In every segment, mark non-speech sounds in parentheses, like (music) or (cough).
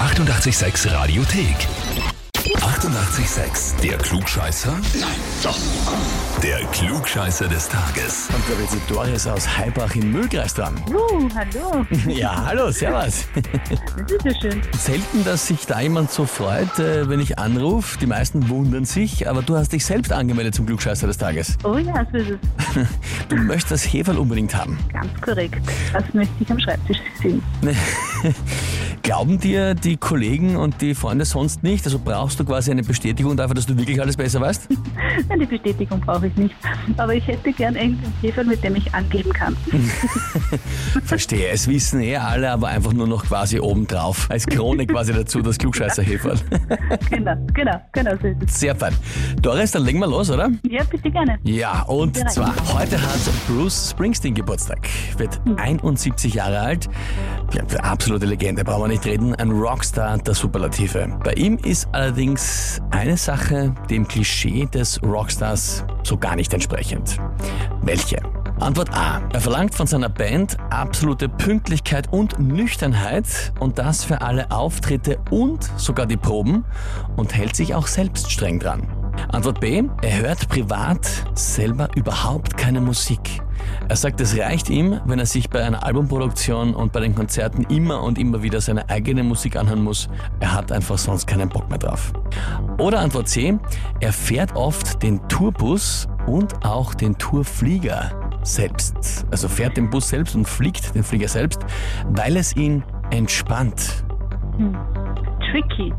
886 Radiothek. 88,6. Der Klugscheißer? Nein, doch. Der Klugscheißer des Tages. Und da wird die Doris aus Heibach im Mühlkreis dran. Uh, hallo. (laughs) Ja, hallo, servus. Bitteschön. Selten, dass sich da jemand so freut, äh, wenn ich anrufe. Die meisten wundern sich, aber du hast dich selbst angemeldet zum Glücksscheißer des Tages. Oh ja, so ist es. Du möchtest das Heferl unbedingt haben. Ganz korrekt. Das möchte ich am Schreibtisch sehen. Glauben dir die Kollegen und die Freunde sonst nicht? Also brauchst du quasi eine Bestätigung dafür, dass du wirklich alles besser weißt? Nein, die Bestätigung brauche ich nicht. Aber ich hätte gern irgendein Heferl, mit dem ich angeben kann. Verstehe, es wissen eh alle, aber einfach nur noch quasi obendrauf. Als Krone quasi dazu, das Klugscheißer Heferl. genau, genau, genau so ist es. Sehr fein. Doris, dann legen wir los, oder? Ja, bitte gerne. Ja, und Bereit. zwar, heute hat Bruce Springsteen Geburtstag. Wird 71 Jahre alt. Ja, absolute Legende, brauchen wir nicht reden. Ein Rockstar der Superlative. Bei ihm ist allerdings eine Sache dem Klischee des Rockstars so gar nicht entsprechend. Welche? Antwort A. Er verlangt von seiner Band absolute Pünktlichkeit und Nüchternheit und das für alle Auftritte und sogar die Proben und hält sich auch selbst streng dran. Antwort B. Er hört privat selber überhaupt keine Musik. Er sagt, es reicht ihm, wenn er sich bei einer Albumproduktion und bei den Konzerten immer und immer wieder seine eigene Musik anhören muss. Er hat einfach sonst keinen Bock mehr drauf. Oder Antwort C. Er fährt oft den Tourbus und auch den Tourflieger selbst. Also fährt den Bus selbst und fliegt den Flieger selbst, weil es ihn entspannt. Hm. Tricky.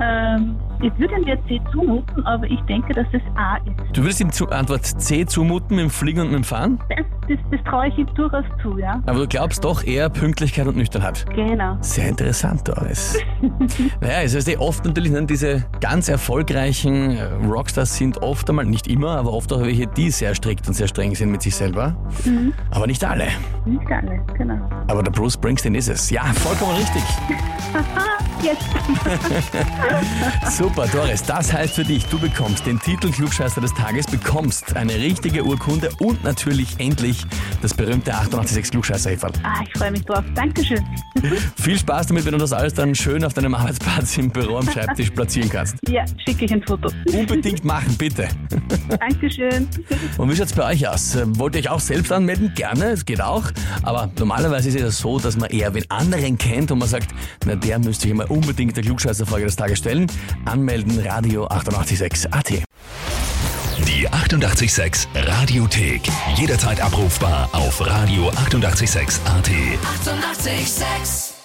ähm, ich würde ihm jetzt C zumuten, aber ich denke, dass es A ist. Du würdest ihm zu Antwort C zumuten mit dem Fliegen und mit dem Fahren? Das, das, das traue ich ihm durchaus zu, ja? Aber du glaubst doch eher Pünktlichkeit und Nüchternheit. Genau. Sehr interessant, Doris. naja, es ist eh oft natürlich, ne, diese ganz erfolgreichen äh, Rockstars sind oft einmal, nicht immer, aber oft auch welche, die sehr strikt und sehr streng sind mit sich selber. Aber nicht alle. Nicht alle, genau. Aber der Bruce Springsteen ist es. Ja, vollkommen richtig. Jetzt. Super, Doris, das heißt für dich, du bekommst den Titel Klugscheißer des Tages, bekommst eine richtige Urkunde und natürlich endlich das berühmte 886 klugscheißer -Häferl. Ah, ich freue mich drauf. Dankeschön. Viel Spaß damit, wenn du das alles dann schön auf deinem (laughs) Arbeitsplatz im Büro am Schreibtisch platzieren kannst. Ja, schicke ich ein Foto. Unbedingt machen, bitte. Dankeschön. Und wie schaut's bei euch aus? Ähm, Wollt ihr euch auch selbst anmelden? Gerne, es geht auch. Aber normalerweise ist es ja so, dass man eher wen anderen kennt und man sagt, na der müsste ich immer unbedingt der Klugscheißerfrage des Tages stellen. Anmelden, Radio 886 AT. Die 88,6 Radiothek. Jederzeit abrufbar auf radio886.at. 88,6. Eighty-eight, sex.